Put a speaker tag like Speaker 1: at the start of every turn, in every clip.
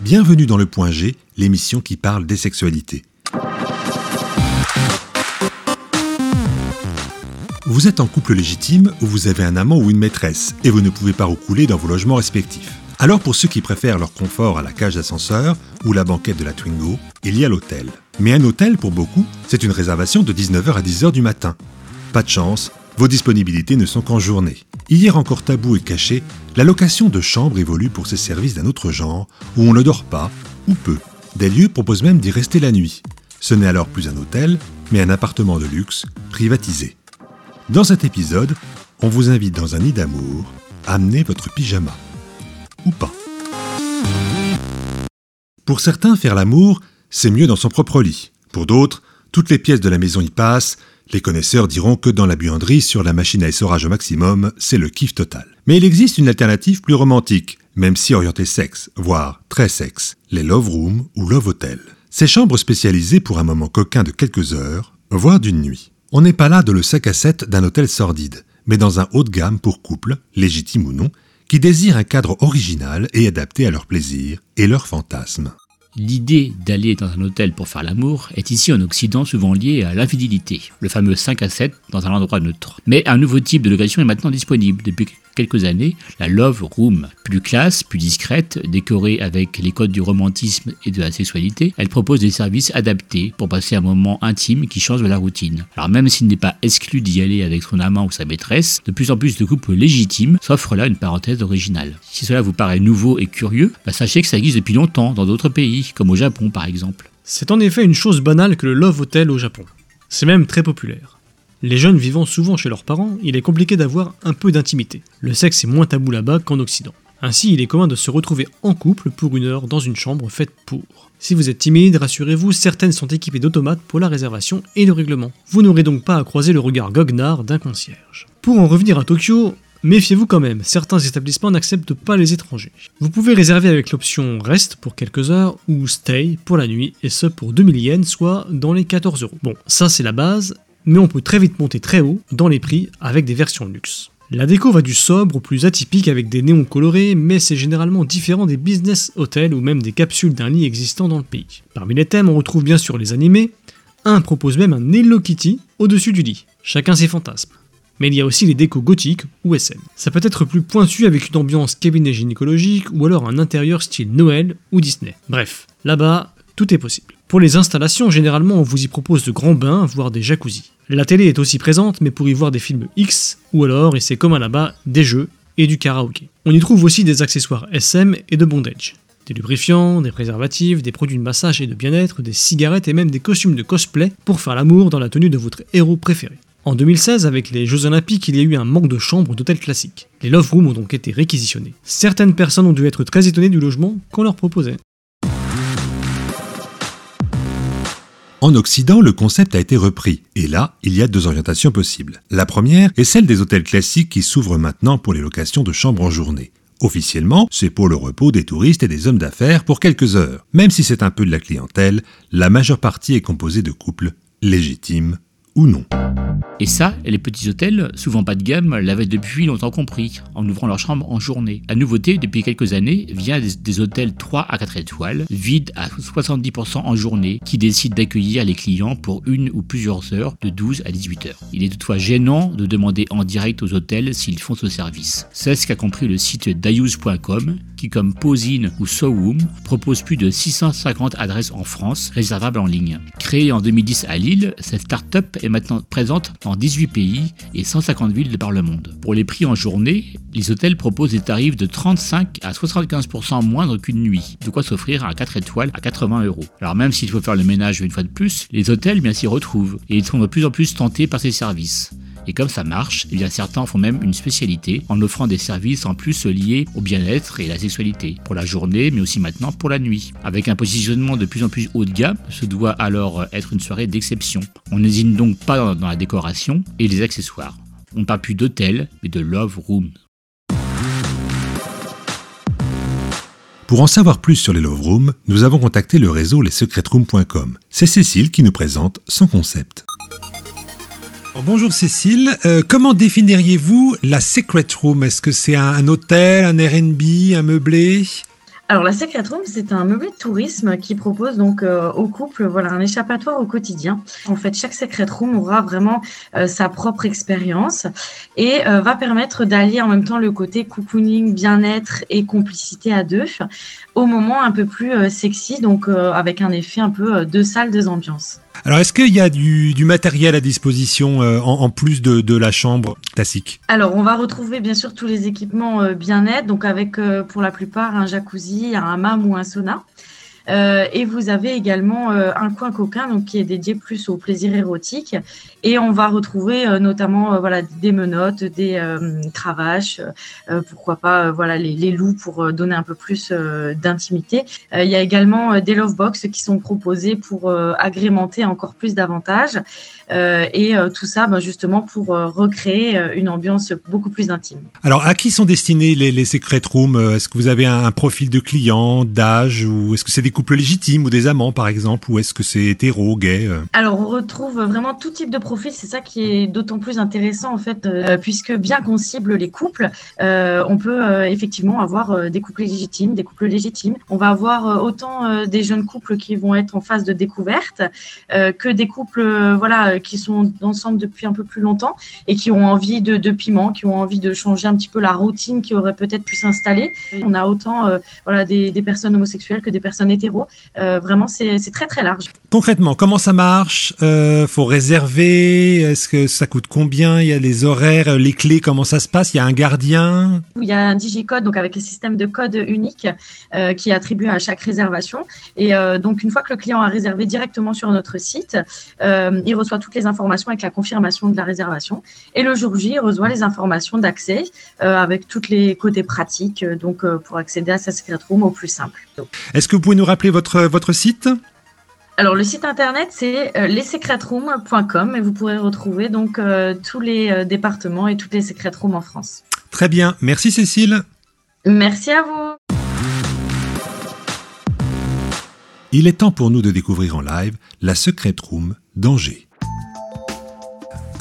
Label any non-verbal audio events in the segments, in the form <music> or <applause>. Speaker 1: Bienvenue dans le Point G, l'émission qui parle des sexualités. Vous êtes en couple légitime ou vous avez un amant ou une maîtresse et vous ne pouvez pas roucouler dans vos logements respectifs. Alors pour ceux qui préfèrent leur confort à la cage d'ascenseur ou la banquette de la Twingo, il y a l'hôtel. Mais un hôtel, pour beaucoup, c'est une réservation de 19h à 10h du matin. Pas de chance, vos disponibilités ne sont qu'en journée. Hier encore tabou et caché, la location de chambre évolue pour ces services d'un autre genre, où on ne dort pas, ou peu. Des lieux proposent même d'y rester la nuit. Ce n'est alors plus un hôtel, mais un appartement de luxe, privatisé. Dans cet épisode, on vous invite dans un nid d'amour, à amener votre pyjama. Ou pas. Pour certains, faire l'amour, c'est mieux dans son propre lit. Pour d'autres, toutes les pièces de la maison y passent, les connaisseurs diront que dans la buanderie, sur la machine à essorage au maximum, c'est le kiff total. Mais il existe une alternative plus romantique, même si orientée sexe, voire très sexe, les love rooms ou love hotels. Ces chambres spécialisées pour un moment coquin de quelques heures, voire d'une nuit. On n'est pas là de le sac à 7 d'un hôtel sordide, mais dans un haut de gamme pour couples, légitimes ou non, qui désirent un cadre original et adapté à leurs plaisirs et leurs fantasmes.
Speaker 2: L'idée d'aller dans un hôtel pour faire l'amour est ici en Occident souvent liée à l'infidélité, le fameux 5 à 7 dans un endroit neutre. Mais un nouveau type de location est maintenant disponible depuis quelques années, la Love Room. Plus classe, plus discrète, décorée avec les codes du romantisme et de la sexualité, elle propose des services adaptés pour passer un moment intime qui change de la routine. Alors même s'il n'est pas exclu d'y aller avec son amant ou sa maîtresse, de plus en plus de couples légitimes s'offrent là une parenthèse originale. Si cela vous paraît nouveau et curieux, bah sachez que ça existe depuis longtemps dans d'autres pays comme au Japon par exemple.
Speaker 3: C'est en effet une chose banale que le love hotel au Japon. C'est même très populaire. Les jeunes vivant souvent chez leurs parents, il est compliqué d'avoir un peu d'intimité. Le sexe est moins tabou là-bas qu'en Occident. Ainsi, il est commun de se retrouver en couple pour une heure dans une chambre faite pour. Si vous êtes timide, rassurez-vous, certaines sont équipées d'automates pour la réservation et le règlement. Vous n'aurez donc pas à croiser le regard goguenard d'un concierge. Pour en revenir à Tokyo, Méfiez-vous quand même, certains établissements n'acceptent pas les étrangers. Vous pouvez réserver avec l'option reste pour quelques heures ou stay pour la nuit, et ce pour 2000 yens, soit dans les 14 euros. Bon, ça c'est la base, mais on peut très vite monter très haut dans les prix avec des versions luxe. La déco va du sobre au plus atypique avec des néons colorés, mais c'est généralement différent des business hotels ou même des capsules d'un lit existant dans le pays. Parmi les thèmes, on retrouve bien sûr les animés, un propose même un Hello Kitty au-dessus du lit, chacun ses fantasmes mais il y a aussi les décos gothiques ou SM. Ça peut être plus pointu avec une ambiance cabinet gynécologique ou alors un intérieur style Noël ou Disney. Bref, là-bas, tout est possible. Pour les installations, généralement on vous y propose de grands bains, voire des jacuzzis. La télé est aussi présente, mais pour y voir des films X, ou alors, et c'est commun là-bas, des jeux et du karaoké. On y trouve aussi des accessoires SM et de bondage. Des lubrifiants, des préservatifs, des produits de massage et de bien-être, des cigarettes et même des costumes de cosplay pour faire l'amour dans la tenue de votre héros préféré. En 2016, avec les Jeux Olympiques, il y a eu un manque de chambres d'hôtels classiques. Les Love Rooms ont donc été réquisitionnés. Certaines personnes ont dû être très étonnées du logement qu'on leur proposait.
Speaker 1: En Occident, le concept a été repris, et là, il y a deux orientations possibles. La première est celle des hôtels classiques qui s'ouvrent maintenant pour les locations de chambres en journée. Officiellement, c'est pour le repos des touristes et des hommes d'affaires pour quelques heures. Même si c'est un peu de la clientèle, la majeure partie est composée de couples légitimes ou non.
Speaker 2: Et ça, les petits hôtels, souvent pas de gamme, l'avaient depuis longtemps compris, en ouvrant leurs chambres en journée. La nouveauté, depuis quelques années, vient des, des hôtels 3 à 4 étoiles, vides à 70% en journée, qui décident d'accueillir les clients pour une ou plusieurs heures, de 12 à 18 heures. Il est toutefois gênant de demander en direct aux hôtels s'ils font ce service. C'est ce qu'a compris le site dayuse.com, qui, comme Posin ou Sowoom, propose plus de 650 adresses en France, réservables en ligne. Créée en 2010 à Lille, cette start-up est maintenant présente dans 18 pays et 150 villes de par le monde. Pour les prix en journée, les hôtels proposent des tarifs de 35 à 75% moindre qu'une nuit, de quoi s'offrir à 4 étoiles à 80 euros. Alors même s'il faut faire le ménage une fois de plus, les hôtels bien s'y retrouvent et ils sont de plus en plus tentés par ces services. Et comme ça marche, eh bien certains font même une spécialité en offrant des services en plus liés au bien-être et à la sexualité, pour la journée mais aussi maintenant pour la nuit. Avec un positionnement de plus en plus haut de gamme, ce doit alors être une soirée d'exception. On n'hésite donc pas dans la décoration et les accessoires. On ne parle plus d'hôtel mais de love room.
Speaker 1: Pour en savoir plus sur les Love Rooms, nous avons contacté le réseau lessecretrooms.com. C'est Cécile qui nous présente son concept. Oh,
Speaker 4: Bonjour Cécile, Euh, comment définiriez-vous la Secret Room Est-ce que c'est un, un hôtel, un Airbnb, un meublé
Speaker 5: Alors la Secret Room, c'est un meublé de tourisme qui propose donc euh, aux couples voilà un échappatoire au quotidien. En fait, chaque Secret Room aura vraiment euh, sa propre expérience et euh, va permettre d'allier en même temps le côté cocooning, bien-être et complicité à deux au moment un peu plus euh, sexy, donc euh, avec un effet un peu deux salles, deux ambiances.
Speaker 1: Alors, est-ce qu'il y a du, du, matériel à disposition euh, en, en, plus de, de, la chambre classique
Speaker 5: Alors, on va retrouver bien sûr tous les équipements euh, bien-être, donc avec euh, pour la plupart un jacuzzi, un hammam ou un sauna. Euh, et vous avez également euh, un coin coquin donc, qui est dédié plus au plaisir érotique. Et on va retrouver euh, notamment voilà, des menottes, des euh, cravaches, euh, pourquoi pas voilà, les, les loups pour euh, donner un peu plus euh, d'intimité. Euh, il y a également des love box qui sont proposés pour euh, agrémenter encore plus davantage. Euh, et euh, tout ça ben, justement pour euh, recréer une ambiance beaucoup plus intime.
Speaker 1: Alors à qui sont destinés les, les secret rooms Euh, Est-ce que vous avez un, un profil de client, d'âge ou est-ce que c'est des couples légitimes ou des amants par exemple ou est-ce que c'est hétéro, gay euh?
Speaker 5: Alors on retrouve vraiment tout type de profil, c'est ça qui est d'autant plus intéressant en fait euh, puisque bien qu'on cible les couples, euh, on peut effectivement avoir euh, des couples légitimes, des couples légitimes. On va avoir euh, autant des jeunes couples qui vont être en phase de découverte euh, que des couples euh, voilà qui sont ensemble depuis un peu plus longtemps et qui ont envie de, de piment, qui ont envie de changer un petit peu la routine qui aurait peut-être pu s'installer. On a autant euh, voilà, des, des, personnes homosexuelles que des personnes hétéros. Euh, vraiment, c'est très très large.
Speaker 1: Concrètement, comment ça marche euh, Faut réserver Est-ce que ça coûte combien Il y a les horaires, les clés, comment ça se passe Il y a un gardien
Speaker 5: Il y a un digicode, donc avec un système de code unique qui est attribué à chaque réservation. Et euh, donc, une fois que le client a réservé directement sur notre site, euh, il reçoit tout les informations avec la confirmation de la réservation. Et le jour J, il reçoit les informations d'accès euh, avec tous les côtés pratiques euh, donc, euh, pour accéder à sa secret room au plus simple.
Speaker 1: Est-ce que vous pouvez nous rappeler votre, votre site
Speaker 5: alors le site internet c'est euh, lesecretrooms.com et vous pourrez retrouver donc euh, tous les départements et toutes les secret rooms en France.
Speaker 1: Très bien, merci Cécile.
Speaker 5: Merci à vous.
Speaker 1: Il est temps pour nous de découvrir en live la secret room d'Angers.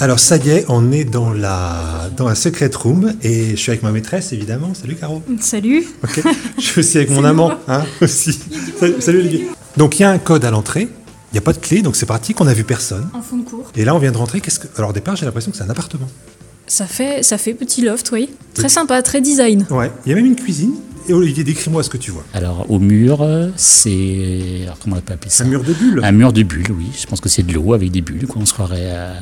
Speaker 1: Alors ça y est, on est dans la, dans la secret room et je suis avec ma maîtresse évidemment. Salut Caro.
Speaker 6: Salut.
Speaker 1: Okay. <laughs> Je suis aussi avec mon amant hein, aussi. Salut, salut les gars. Donc il y a un code à l'entrée. Il n'y a pas de clé, donc c'est parti qu'on n'a vu personne.
Speaker 6: En fond de cours.
Speaker 1: Et là on vient de rentrer. Qu'est-ce que... Alors au départ j'ai l'impression que c'est un appartement.
Speaker 6: Ça fait, ça fait petit loft, oui. Très oui. sympa, très design.
Speaker 1: Ouais. Il y a même une cuisine. Et Olivier, décris-moi ce que tu vois.
Speaker 7: Alors, au mur, euh, c'est. Comment on peut appeler ça
Speaker 1: Un mur de bulles.
Speaker 2: Ah.
Speaker 7: Un mur de bulles, oui. Je pense que c'est de l'eau avec des bulles, quoi. On se croirait à,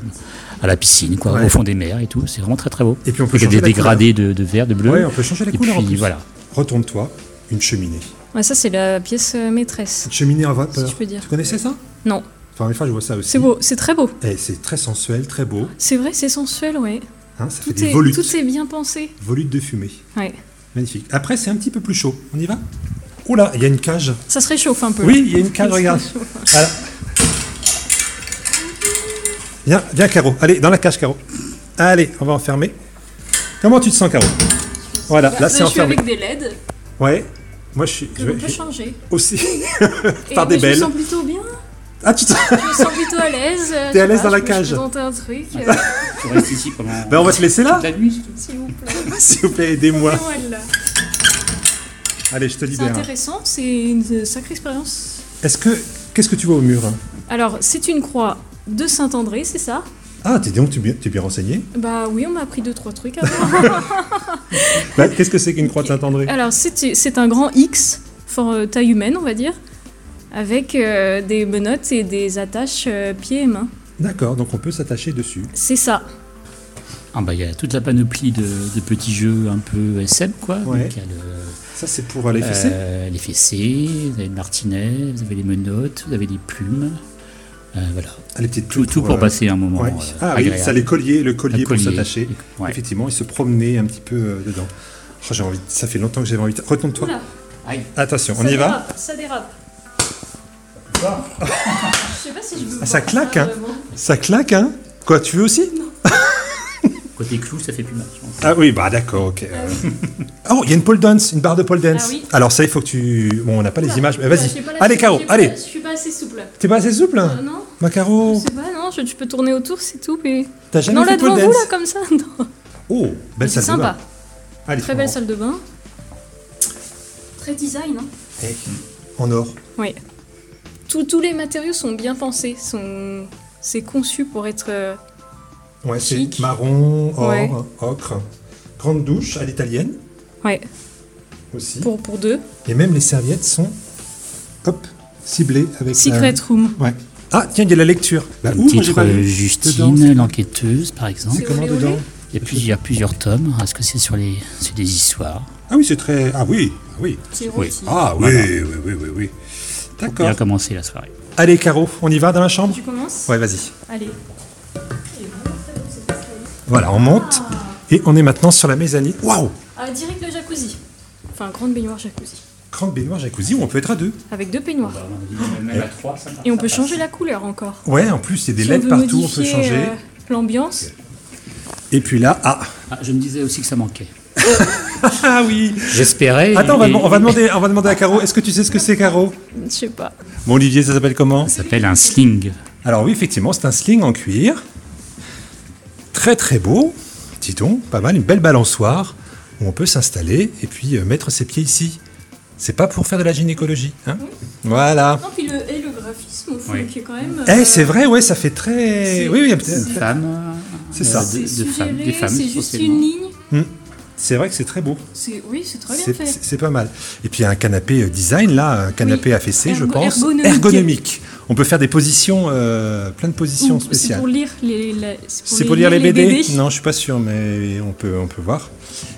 Speaker 7: à la piscine, quoi, ouais. au fond des mers et tout. C'est vraiment très, très beau.
Speaker 1: Et puis, on peut
Speaker 7: Il y a
Speaker 1: changer
Speaker 7: des
Speaker 1: la
Speaker 7: dégradés de, de, vert, de bleu.
Speaker 1: Ouais, on peut changer la
Speaker 7: et
Speaker 1: couleur.
Speaker 7: Puis,
Speaker 1: en plus.
Speaker 7: voilà.
Speaker 1: Retourne-toi, une cheminée.
Speaker 6: Ouais, ça, c'est la pièce euh, maîtresse.
Speaker 1: Une cheminée en vapeur.
Speaker 6: Si je peux dire.
Speaker 1: Tu connaissais ça
Speaker 6: Non.
Speaker 1: Enfin, une fois, je vois ça aussi.
Speaker 6: C'est beau, c'est très beau.
Speaker 1: Et c'est très sensuel, très beau.
Speaker 6: C'est vrai, c'est sensuel, ouais.
Speaker 1: Hein, ça
Speaker 6: tout
Speaker 1: fait des
Speaker 6: est,
Speaker 1: volutes.
Speaker 6: Tout est bien pensé.
Speaker 1: Volutes de fumée.
Speaker 6: Ouais.
Speaker 1: Magnifique. Après, c'est un petit peu plus chaud. On y va Oula, il y a une cage.
Speaker 6: Ça se réchauffe un peu.
Speaker 1: Oui, il y a une cage, regarde. Voilà. Viens, viens, Caro. Allez, dans la cage, Caro. Allez, on va enfermer. Comment tu te sens, Caro Voilà, là, c'est enfermé.
Speaker 6: Je suis avec des LED.
Speaker 1: Ouais. Moi, je suis.
Speaker 6: Je
Speaker 1: vais,
Speaker 6: on peut changer. <laughs>
Speaker 1: Aussi.
Speaker 6: Et
Speaker 1: Par des
Speaker 6: je
Speaker 1: belles.
Speaker 6: Je me sens plutôt bien.
Speaker 1: Ah, tu te...
Speaker 6: Je me sens plutôt
Speaker 1: <laughs>
Speaker 6: à l'aise. Euh,
Speaker 1: T'es à l'aise dans la cage.
Speaker 6: Je vais tenter un truc.
Speaker 1: <laughs>
Speaker 6: euh,
Speaker 7: Tu restes ici pendant.
Speaker 1: Ben, on va te laisser là.
Speaker 7: toute La nuit.
Speaker 6: S'il vous plaît.
Speaker 1: S'il vous plaît, aidez-moi.
Speaker 6: Moi, là.
Speaker 1: Allez, je te
Speaker 6: C'est
Speaker 1: libère.
Speaker 6: intéressant, c'est une sacrée expérience.
Speaker 1: Est-ce que. Qu'est-ce que tu vois au mur
Speaker 6: Alors, c'est une croix de Saint-André, c'est ça
Speaker 1: Ah, t'es donc t'es bien, t'es bien renseigné.
Speaker 6: Bah oui, on m'a appris deux, trois trucs avant. <laughs>
Speaker 1: Bah, qu'est-ce que c'est qu'une croix de Saint-André
Speaker 6: Alors, c'est c'est un grand X, for euh, taille humaine, on va dire, avec euh, des menottes et des attaches euh, pieds et mains.
Speaker 1: D'accord, donc on peut s'attacher dessus.
Speaker 6: C'est ça.
Speaker 7: Ah bah il y a toute la panoplie de, de petits jeux un peu SM quoi.
Speaker 1: Ouais.
Speaker 7: Donc, il y a le-
Speaker 1: Ça, c'est pour les fessées.
Speaker 7: Euh, les fessées, vous avez le martinet, vous avez les menottes, vous avez les plumes. Euh, voilà.
Speaker 1: Ah, les petites
Speaker 7: Tout,
Speaker 1: touches
Speaker 7: tout pour
Speaker 1: euh,
Speaker 7: passer un moment.
Speaker 1: ouais.
Speaker 7: euh,
Speaker 1: ah oui,
Speaker 7: agréable.
Speaker 1: ça les colliers, le collier,
Speaker 7: Le collier,
Speaker 1: pour s'attacher.
Speaker 7: ouais.
Speaker 1: Effectivement, il se promenait un petit peu euh, dedans. Oh, j'ai envie. de- Ça fait longtemps que j'avais envie. de- Retourne-toi.
Speaker 6: Oula,
Speaker 7: Aïe.
Speaker 1: Attention, on
Speaker 6: ça
Speaker 1: y va.
Speaker 6: dérape, Ça dérape. <laughs> je sais pas si je veux
Speaker 1: Ah, ça
Speaker 6: voir
Speaker 1: claque, hein.
Speaker 6: vraiment.
Speaker 1: Ça claque, hein Quoi, tu veux aussi
Speaker 7: Côté clou, ça fait plus mal, je pense.
Speaker 1: Ah oui, bah d'accord, ok. euh. <laughs> Oh, il y a une pole dance, une barre de pole dance.
Speaker 6: Ah oui.
Speaker 1: Alors ça, il faut que tu. Bon, on n'a pas les images, mais
Speaker 6: Bah, je
Speaker 1: vas-y.
Speaker 6: suis pas la-
Speaker 1: Allez, Caro,
Speaker 6: je suis pas-
Speaker 1: allez. Ah.
Speaker 6: Je suis pas assez souple.
Speaker 1: T'es pas assez souple hein.
Speaker 6: Euh, non
Speaker 1: Ma
Speaker 6: Je
Speaker 1: Caro
Speaker 6: sais pas, non, je, tu peux tourner autour, c'est tout. Mais...
Speaker 1: T'as jamais
Speaker 6: non,
Speaker 1: fait
Speaker 6: là
Speaker 1: de pole
Speaker 6: devant
Speaker 1: dance
Speaker 6: vous, là, comme ça. <laughs> non.
Speaker 1: Oh, belle
Speaker 6: C'est
Speaker 1: salle de bain.
Speaker 6: sympa.
Speaker 1: Allez,
Speaker 6: Très
Speaker 1: on
Speaker 6: belle
Speaker 1: rentre.
Speaker 6: salle de bain. très design. hein.
Speaker 1: Et Eh, en or.
Speaker 6: Oui. Tous- tous les matériaux sont bien pensés, sont... c'est conçu pour être... euh,
Speaker 1: Ouais, c'est
Speaker 6: Chic.
Speaker 1: marron, or,
Speaker 6: Ouais.
Speaker 1: ocre. Grande douche à l'italienne
Speaker 6: Ouais,
Speaker 1: aussi.
Speaker 6: pour, pour deux.
Speaker 1: Et même les serviettes sont hop, ciblées avec
Speaker 6: Secret Room.
Speaker 1: un- Ouais. Ah, tiens, il y a la lecture. Bah,
Speaker 7: Comme
Speaker 1: ouh, moi, j'ai
Speaker 7: titre
Speaker 1: pas
Speaker 7: euh,
Speaker 1: vu.
Speaker 7: Justine, l'enquêteuse, par exemple.
Speaker 1: C'est comment
Speaker 6: Olé, olé.
Speaker 1: dedans
Speaker 7: Il y a plusieurs, plusieurs tomes. Est-ce que c'est sur, les, sur des histoires
Speaker 1: Ah oui, c'est très. Ah oui, ah oui.
Speaker 6: C'est
Speaker 7: Oui.
Speaker 6: érotique.
Speaker 1: Ah oui,
Speaker 7: Voilà.
Speaker 1: oui, oui, oui, oui.
Speaker 7: Bien
Speaker 1: D'accord.
Speaker 7: commencé la soirée.
Speaker 1: Allez, Caro, on y va dans la chambre
Speaker 6: Tu commences
Speaker 1: Ouais, vas-y.
Speaker 6: Allez.
Speaker 1: Voilà, on monte. Et on est maintenant sur la mezzanine. Waouh
Speaker 6: Ah, direct le jacuzzi. Enfin, grande baignoire jacuzzi.
Speaker 1: Grande baignoire jacuzzi où on peut être à deux.
Speaker 6: Avec deux peignoirs.
Speaker 7: Bah, Même à 3, ça
Speaker 6: Et on peut changer la couleur encore.
Speaker 1: Ouais, en plus, il y a des
Speaker 6: Si
Speaker 1: LED
Speaker 6: veut
Speaker 1: partout, on peut
Speaker 6: modifier,
Speaker 1: changer.
Speaker 6: euh, L'ambiance.
Speaker 1: Et puis là, ah,
Speaker 7: Je me disais aussi que ça manquait.
Speaker 1: ah oui
Speaker 7: J'espérais.
Speaker 1: Attends, on va,
Speaker 7: et-
Speaker 1: on va demander, on va demander à Caro, est-ce que tu sais ce que c'est, Caro
Speaker 6: Je sais pas.
Speaker 1: Bon, Olivier, ça s'appelle comment
Speaker 7: Ça s'appelle un sling.
Speaker 1: Alors oui, effectivement, c'est un sling en cuir. Très très beau, dis donc, pas mal, une belle balançoire où on peut s'installer et puis euh, mettre ses pieds ici. C'est pas pour faire de la gynécologie, hein Voilà.
Speaker 6: Non, puis le, et le graphisme au fond,
Speaker 7: Oui.
Speaker 6: qui est quand même. euh,
Speaker 1: Eh, c'est vrai, ouais, ça fait très...
Speaker 6: C'est-
Speaker 1: Oui, oui,
Speaker 7: C'est une
Speaker 1: peut-être-
Speaker 7: femme. euh,
Speaker 1: C'est ça.
Speaker 7: euh,
Speaker 6: C'est
Speaker 7: De, de
Speaker 6: suggéré,
Speaker 7: femmes, des femmes.
Speaker 6: C'est juste
Speaker 7: essentiellement.
Speaker 6: une ligne.
Speaker 1: c'est vrai que c'est très beau.
Speaker 6: C'est- Oui, c'est très bien
Speaker 1: C'est
Speaker 6: fait.
Speaker 1: c'est- c'est pas mal. Et puis il y a un canapé euh, design, là, un canapé affaissé, je
Speaker 6: Ergo-
Speaker 1: pense.
Speaker 6: ergonomique.
Speaker 1: Ergonomique. On peut faire des positions, euh, plein de positions
Speaker 6: Ou- C'est
Speaker 1: spéciales.
Speaker 6: pour lire les, la-
Speaker 1: C'est pour lire les BD,
Speaker 6: Non.
Speaker 1: Non, je suis pas sûr, mais on peut, on peut voir.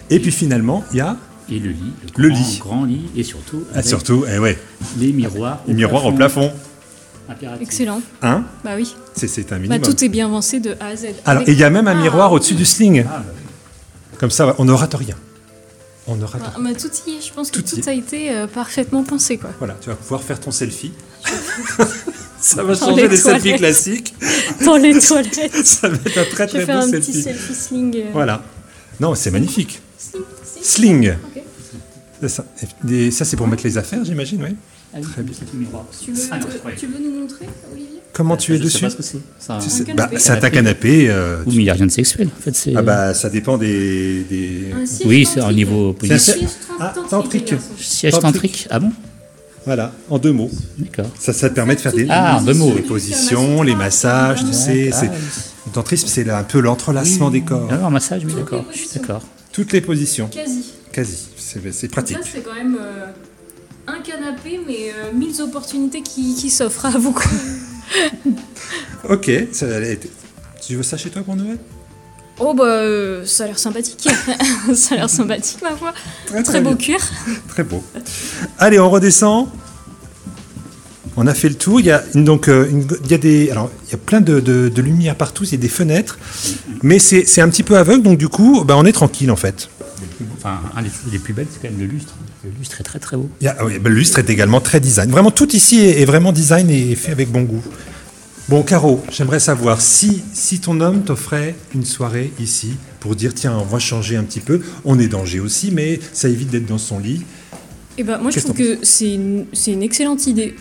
Speaker 1: Et puis finalement, il y a
Speaker 7: Et le lit.
Speaker 1: Le
Speaker 7: grand,
Speaker 1: lit.
Speaker 7: grand lit. Et surtout,
Speaker 1: Ah,
Speaker 7: avec
Speaker 1: surtout, eh ouais,
Speaker 7: les miroirs.
Speaker 1: les miroirs au plafond.
Speaker 7: Impératif.
Speaker 6: Excellent.
Speaker 1: Hein
Speaker 6: Bah oui.
Speaker 1: C'est- C'est un
Speaker 6: Bah,
Speaker 1: minimum.
Speaker 6: tout est bien avancé de A à Z.
Speaker 1: Alors, et
Speaker 6: Avec-
Speaker 1: il y a même un
Speaker 6: Ah,
Speaker 1: miroir au-dessus du sling.
Speaker 7: Ah, bah,
Speaker 1: Comme ça, on n'aura de rien. On n'aura de
Speaker 6: bah,
Speaker 1: rien.
Speaker 6: bah, tout y est. Je pense que
Speaker 1: Tout y
Speaker 6: tout a été euh, parfaitement pensé, quoi. <laughs>
Speaker 1: Voilà, tu vas pouvoir faire ton selfie. ça va
Speaker 6: Dans
Speaker 1: changer
Speaker 6: les
Speaker 1: des selfies
Speaker 6: toilettes.
Speaker 1: classiques. <laughs>
Speaker 6: Dans les toilettes.
Speaker 1: Ça va être un très
Speaker 6: Je vais
Speaker 1: très
Speaker 6: faire
Speaker 1: beau
Speaker 6: un petit
Speaker 1: selfie.
Speaker 6: selfie sling. euh,
Speaker 1: Voilà. Non, c'est magnifique.
Speaker 6: sling, sling.
Speaker 1: Sling.
Speaker 6: Ok.
Speaker 1: C'est Ça, Et ça c'est pour mettre les affaires, j'imagine, oui.
Speaker 7: ah oui,
Speaker 1: Très bien.
Speaker 7: c'est un miroir.
Speaker 6: Tu veux,
Speaker 7: Ah, non,
Speaker 6: tu-
Speaker 7: ouais.
Speaker 6: tu veux nous montrer, Olivier
Speaker 1: Comment tu es
Speaker 7: Je sais
Speaker 1: dessus
Speaker 7: pas ce que c'est. Ça-
Speaker 1: Tu sais-
Speaker 6: Un
Speaker 1: bah,
Speaker 6: canapé.
Speaker 1: C'est un canapé. euh,
Speaker 7: Oui, mais il n'y a rien de sexuel. En fait, c'est.
Speaker 1: Ah bah, ça dépend des... des...
Speaker 6: Un siège
Speaker 7: Oui, c'est
Speaker 6: tantrique.
Speaker 7: un niveau
Speaker 1: C'est un
Speaker 7: position.
Speaker 1: siège- Ah, tantrique.
Speaker 7: Siège
Speaker 1: Tantrique.
Speaker 7: tantrique. Ah bon
Speaker 1: Voilà, en deux mots.
Speaker 7: D'accord.
Speaker 1: Ça, ça te permet de faire des,
Speaker 7: Ah, en deux mots.
Speaker 1: les positions, les massages, tu sais. c'est- Le tantrisme, c'est là un peu l'entrelacement des corps.
Speaker 7: Alors, Ah, un massage, oui, Hein
Speaker 6: Toutes les
Speaker 7: d'accord. Je suis
Speaker 6: positions.
Speaker 7: d'accord. Ah,
Speaker 1: Toutes les positions,
Speaker 6: Quasi.
Speaker 1: quasi. C'est c'est
Speaker 6: Donc
Speaker 1: pratique.
Speaker 6: Là, c'est quand même euh, un canapé, mais euh, mille opportunités qui, qui s'offrent à vous. quoi.
Speaker 1: Ok, ça allait être- Tu veux ça chez toi pour Noël
Speaker 6: Oh bah, euh, ça a l'air sympathique. <laughs> ça a l'air sympathique, ma foi.
Speaker 1: Très,
Speaker 6: Très beau
Speaker 1: bien.
Speaker 6: cuir.
Speaker 1: Très beau. Allez, on redescend. On a fait le tour. Il y a une- donc euh, une- il y a des alors il y a plein de, de, de lumière partout. Il y a des fenêtres,
Speaker 7: Mm-hmm.
Speaker 1: mais c'est c'est un petit peu aveugle. Donc du coup, bah, on est tranquille en fait.
Speaker 7: Enfin, un des, des plus belles, c'est quand même le lustre. Le lustre est très très beau.
Speaker 1: Il y a- ah oui, bah, le lustre est également très design. Vraiment, tout ici est, est vraiment design et fait avec bon goût. Bon, Caro, j'aimerais savoir si, si ton homme t'offrait une soirée ici pour dire tiens, on va changer un petit peu. On est danger aussi, mais ça évite d'être dans son lit.
Speaker 6: Et ben moi je
Speaker 1: Qu'est-ce
Speaker 6: trouve que c'est une, c'est une excellente idée.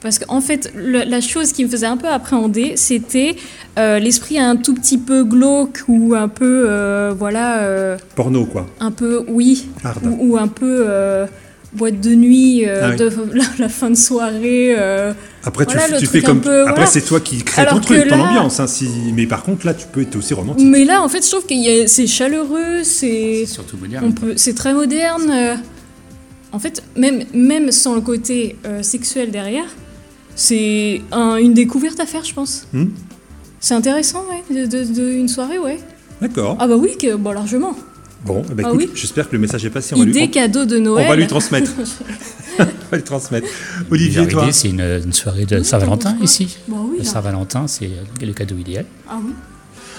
Speaker 6: Parce qu'en fait, le- la chose qui me faisait un peu appréhender, c'était euh, l'esprit un tout petit peu glauque ou un peu, euh, voilà, euh,
Speaker 1: Porno, quoi.
Speaker 6: un peu, oui,
Speaker 1: Hard.
Speaker 6: ou, ou un peu euh, boîte de nuit, euh,
Speaker 1: Ah oui.
Speaker 6: de, <laughs> la, la fin de soirée. euh,
Speaker 1: Après, tu-
Speaker 6: Voilà,
Speaker 1: tu,
Speaker 6: le
Speaker 1: fais
Speaker 6: truc un
Speaker 1: comme.
Speaker 6: peu,
Speaker 1: Après,
Speaker 6: voilà.
Speaker 1: c'est toi qui crée
Speaker 6: Alors
Speaker 1: ton
Speaker 6: que
Speaker 1: truc, ton
Speaker 6: là-
Speaker 1: ambiance. hein, si- Mais par contre, là, tu peux être aussi romantique.
Speaker 6: Mais là, en fait, je trouve que c'est chaleureux, c'est...
Speaker 7: C'est surtout
Speaker 6: On
Speaker 7: moderne.
Speaker 6: peut, c'est très moderne. euh, en fait, même, même sans le côté euh, sexuel derrière, c'est un- une découverte à faire, je pense.
Speaker 1: Hmm.
Speaker 6: C'est intéressant, ouais, de, de- de- une soirée, ouais.
Speaker 1: D'accord.
Speaker 6: Ah bah oui, que, bah largement.
Speaker 1: Bon, bah,
Speaker 6: Ah
Speaker 1: écoute,
Speaker 6: oui.
Speaker 1: j'espère que le message est passé. On va, lui,
Speaker 6: Idée cadeau de
Speaker 1: on-
Speaker 6: Noël.
Speaker 1: on va lui transmettre. <laughs> on va lui transmettre. Olivier,
Speaker 7: Leur
Speaker 1: toi.
Speaker 7: idée, c'est une, une soirée de
Speaker 6: Oui, t'en
Speaker 7: Saint-Valentin
Speaker 6: penses quoi
Speaker 7: ici.
Speaker 6: Bah oui,
Speaker 7: Le
Speaker 6: là.
Speaker 7: Saint-Valentin, c'est le cadeau idéal.
Speaker 6: Ah oui.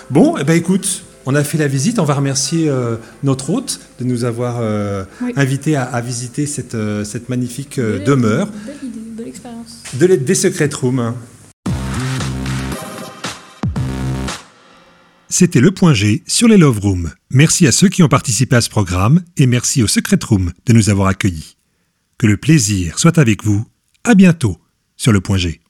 Speaker 1: Bon, eh ben écoute, on a fait la visite. On va remercier euh, notre hôte de nous avoir euh,
Speaker 6: Oui.
Speaker 1: invité à, à visiter cette, euh, cette magnifique euh,
Speaker 6: Belle-
Speaker 1: demeure
Speaker 6: Belle idée, belle expérience.
Speaker 1: de hein. l'aide des Secret Rooms.
Speaker 4: C'était le point G sur les Love Rooms. Merci à ceux qui ont participé à ce programme et merci au Secret Room de nous avoir accueillis. Que le plaisir soit avec vous. À bientôt sur le point G.